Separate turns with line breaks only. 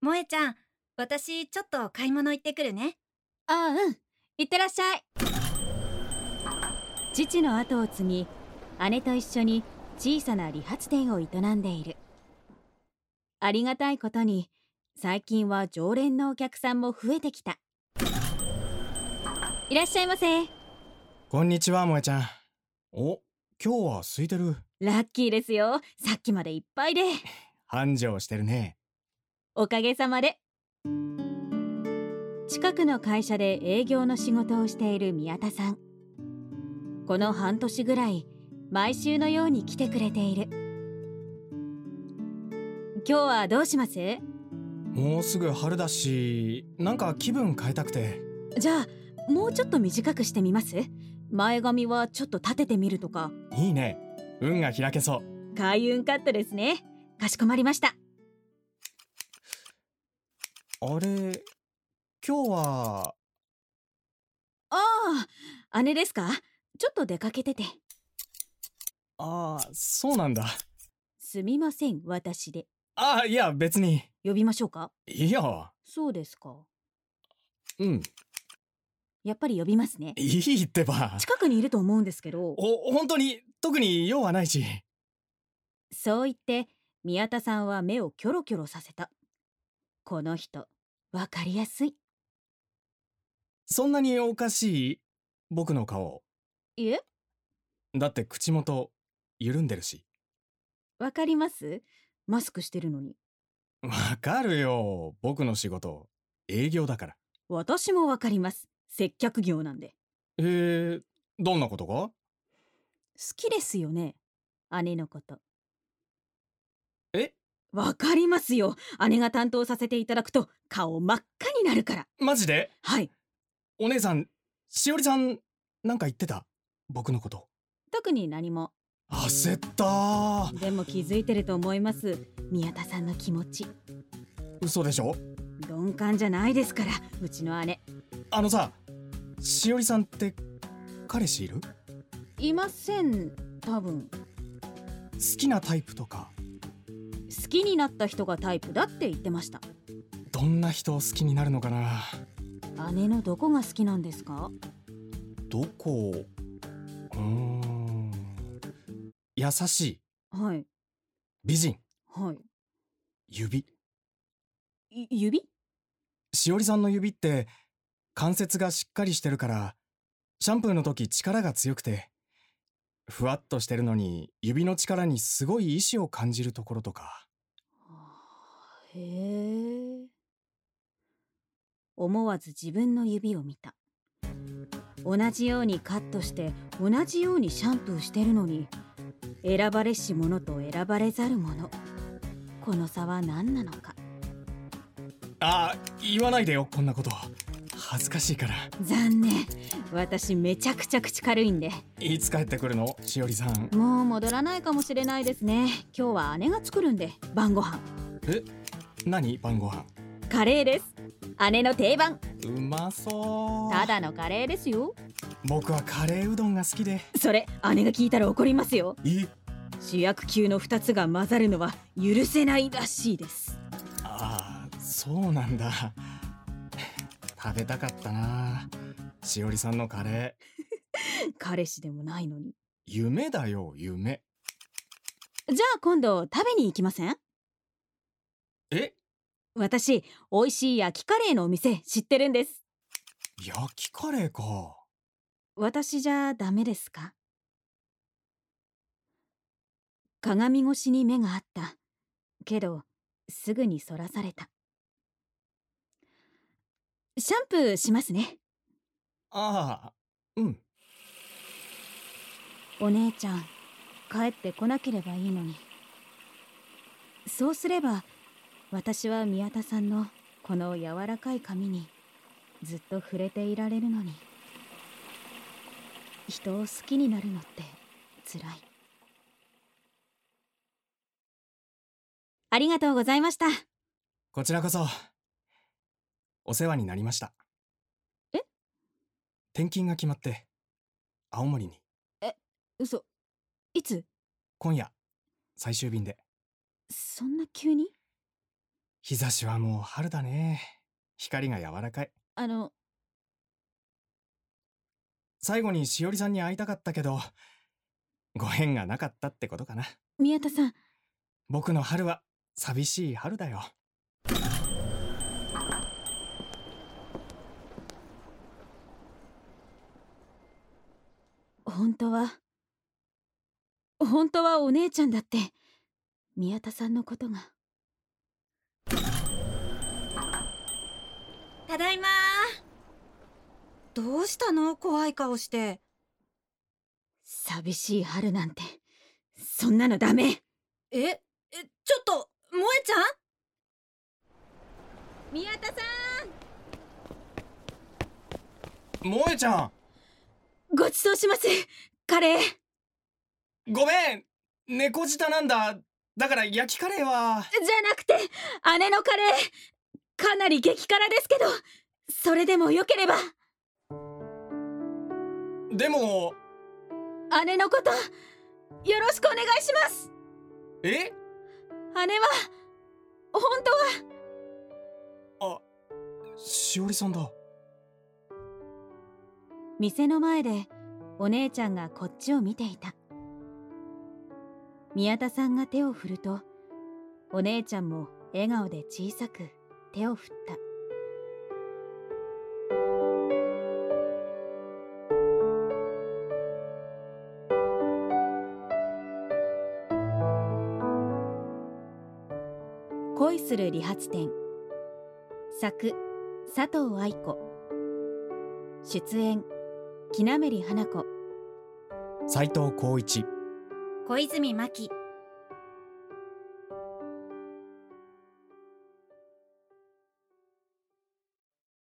萌えちゃん私ちょっと買い物行ってくるね
ああうんいってらっしゃい父の後を継ぎ姉と一緒に小さな理髪店を営んでいるありがたいことに最近は常連のお客さんも増えてきたいらっしゃいませ
こんにちは、萌えちゃん。お、今日は空いてる。
ラッキーですよさっきまでいっぱいで
繁盛してるね。
おかげさまで近くの会社で営業の仕事をしている宮田さんこの半年ぐらい毎週のように来てくれている今日はどうしますじ
もうすぐ春だし、なんか気分変えたくて。
ゃあもうちょっと短くしてみます前髪はちょっと立ててみるとか
いいね。運が開けそう。
開運カットですねかしこまりました
あれ、今日は、
ああ姉ですかちょっと出かけてて
ああ、そうなんだ。
すみません私で
ああ、いや、別に。
呼びましょうか
いいよ。
そうですか
うん。
やっぱり呼びますね
いいってば。
近くにいると思うんですけど
お、本当に、特に用はないし。
そう言って宮田さんは目をキョロキョロさせたこの人わかりやすい
そんなにおかしい僕の顔。
いえ
だって口元、緩んでるし。
わかりますマスクしてるのに
わかるよ。僕の仕事、営業だから。
私もわかります接客業なんで
えー、どんなことが
好きですよね姉のこと
え
わかりますよ姉が担当させていただくと顔真っ赤になるから
マジで
はい
お姉さん、しおりさん、なんか言ってた僕のこと。
特に何も
焦ったー。
でも気づいてると思います宮田さんの気持ち
嘘でしょ
鈍感じゃないですからうちの姉
あのさ、しおりさんって、彼氏いる好
いません多分
きなタイプとか、
好きになった人がタイプだって言ってました
どんな人を好きになるのかな
姉のどこが好きなんですか
どこをうーん。優しい、
はい
美人、
はい
指。
い指
しおりさんの指って、関節がしっかりしてるから、シャンプーの時力が強くて、ふわっとしてるのに、指の力にすごい意志を感じるところとか。
へえ思わず自分の指を見た同じようにカットして同じようにシャンプーしてるのに選ばれし者と選ばれざる者この差は何なのか
ああ、言わないでよ、こんなこと。恥ずかしいから。
残念私めちゃくちゃ口軽いんで
いつ帰ってくるのしおりさん。
もう戻らないかもしれないですね今日は姉が作るんで晩ご飯
何晩ご飯。
カレーです姉の定番
うまそう。
ただのカレーですよ
僕はカレーうどんが好きで。
それ姉が聞いたら怒りますよ
え
主役級の2つが混ざるのは許せないらしいです
ああ、そうなんだ。食べたかったな。しおりさんのカレー。
彼氏でもないのに
夢だよ、夢。
じゃあ今度食べに行きません
え
私美味しい焼きカレーのお店知ってるんです
焼きカレーか。
私じゃダメですか鏡越しに目があったけどすぐにそらされたシャンプーしますね
ああ、うん。
お姉ちゃん帰ってこなければいいのにそうすれば私は宮田さんのこの柔らかい髪にずっと触れていられるのに人を好きになるのって辛いありがとうございました
こちらこそ。お世話になりました。
え
転勤が決まって、青森に、
嘘いつ
今夜、最終便で。
そんな急に
日差しはもう春だね。光が柔らかい。
あの
最後にしおりさんに会いたかったけど、ご縁がなかったってことかな。
宮田さん
僕の春は寂しい春だよ。
本当は本当はお姉ちゃんだって宮田さんのことが
ただいまどうしたの怖い顔して
寂しい春なんてそんなのダメ
ええちょっと萌えちゃん
宮田さ
萌えちゃん
んごちそうしますカレー
ごめん猫舌なんだだから焼きカレーは
じゃなくて姉のカレーかなり激辛ですけどそれでもよければ
でも
姉のことよろしくお願いします
え
姉は本当は
しおりさんだ
店の前でお姉ちゃんがこっちを見ていた宮田さんが手を振るとお姉ちゃんも笑顔で小さく手を振った恋する理髪店作佐藤愛子出演木なめり花子
斎藤浩一
小泉真希